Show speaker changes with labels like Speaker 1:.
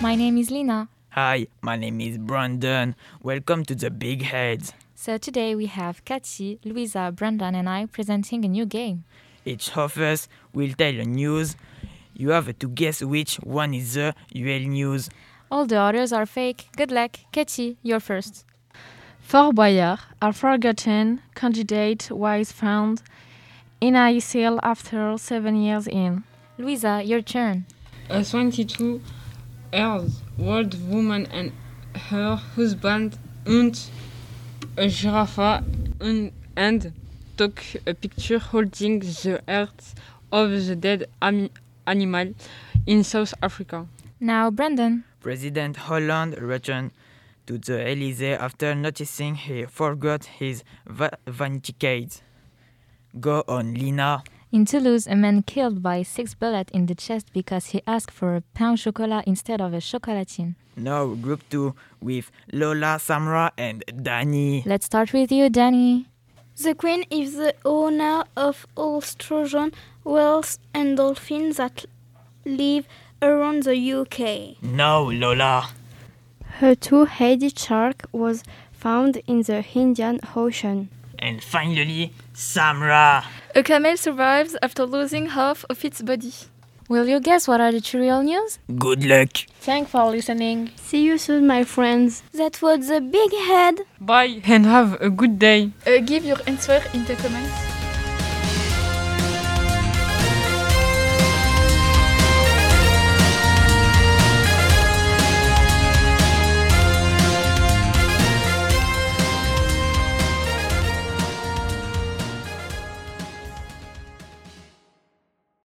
Speaker 1: My name is Lina.
Speaker 2: Hi, my name is Brandon. Welcome to the Big Heads.
Speaker 1: So today we have Cathy, Louisa, Brandon, and I presenting a new game.
Speaker 2: Each of us will tell a news. You have to guess which one is the real news.
Speaker 1: All the others are fake. Good luck. Cathy, you're first.
Speaker 3: Fort Boyard, a forgotten candidate was found in a cell after seven years in.
Speaker 1: Louisa, your turn.
Speaker 4: A 22 Uh, years old woman and her husband hunt a giraffe and, and took a picture holding the heart of the dead ami- animal in South Africa.
Speaker 1: Now, Brandon.
Speaker 2: President Holland returned to the Elysee after noticing he forgot his va- vanity case. Go on, Lina.
Speaker 1: In Toulouse, a man killed by six bullets in the chest because he asked for a pain au chocolat instead of a chocolatine.
Speaker 2: Now, group two with Lola, Samra, and Danny.
Speaker 1: Let's start with you, Danny.
Speaker 5: The Queen is the owner of all sturgeon, whales, and dolphins that live around the UK.
Speaker 2: No, Lola.
Speaker 6: Her two-headed shark was found in the Indian Ocean.
Speaker 2: And finally, Samra.
Speaker 7: A camel survives after losing half of its body.
Speaker 1: Will you guess what are the true real news?
Speaker 2: Good luck.
Speaker 3: Thanks for listening.
Speaker 6: See you soon, my friends.
Speaker 5: That was the big head.
Speaker 4: Bye and have a good day.
Speaker 7: Uh, give your answer in the comments.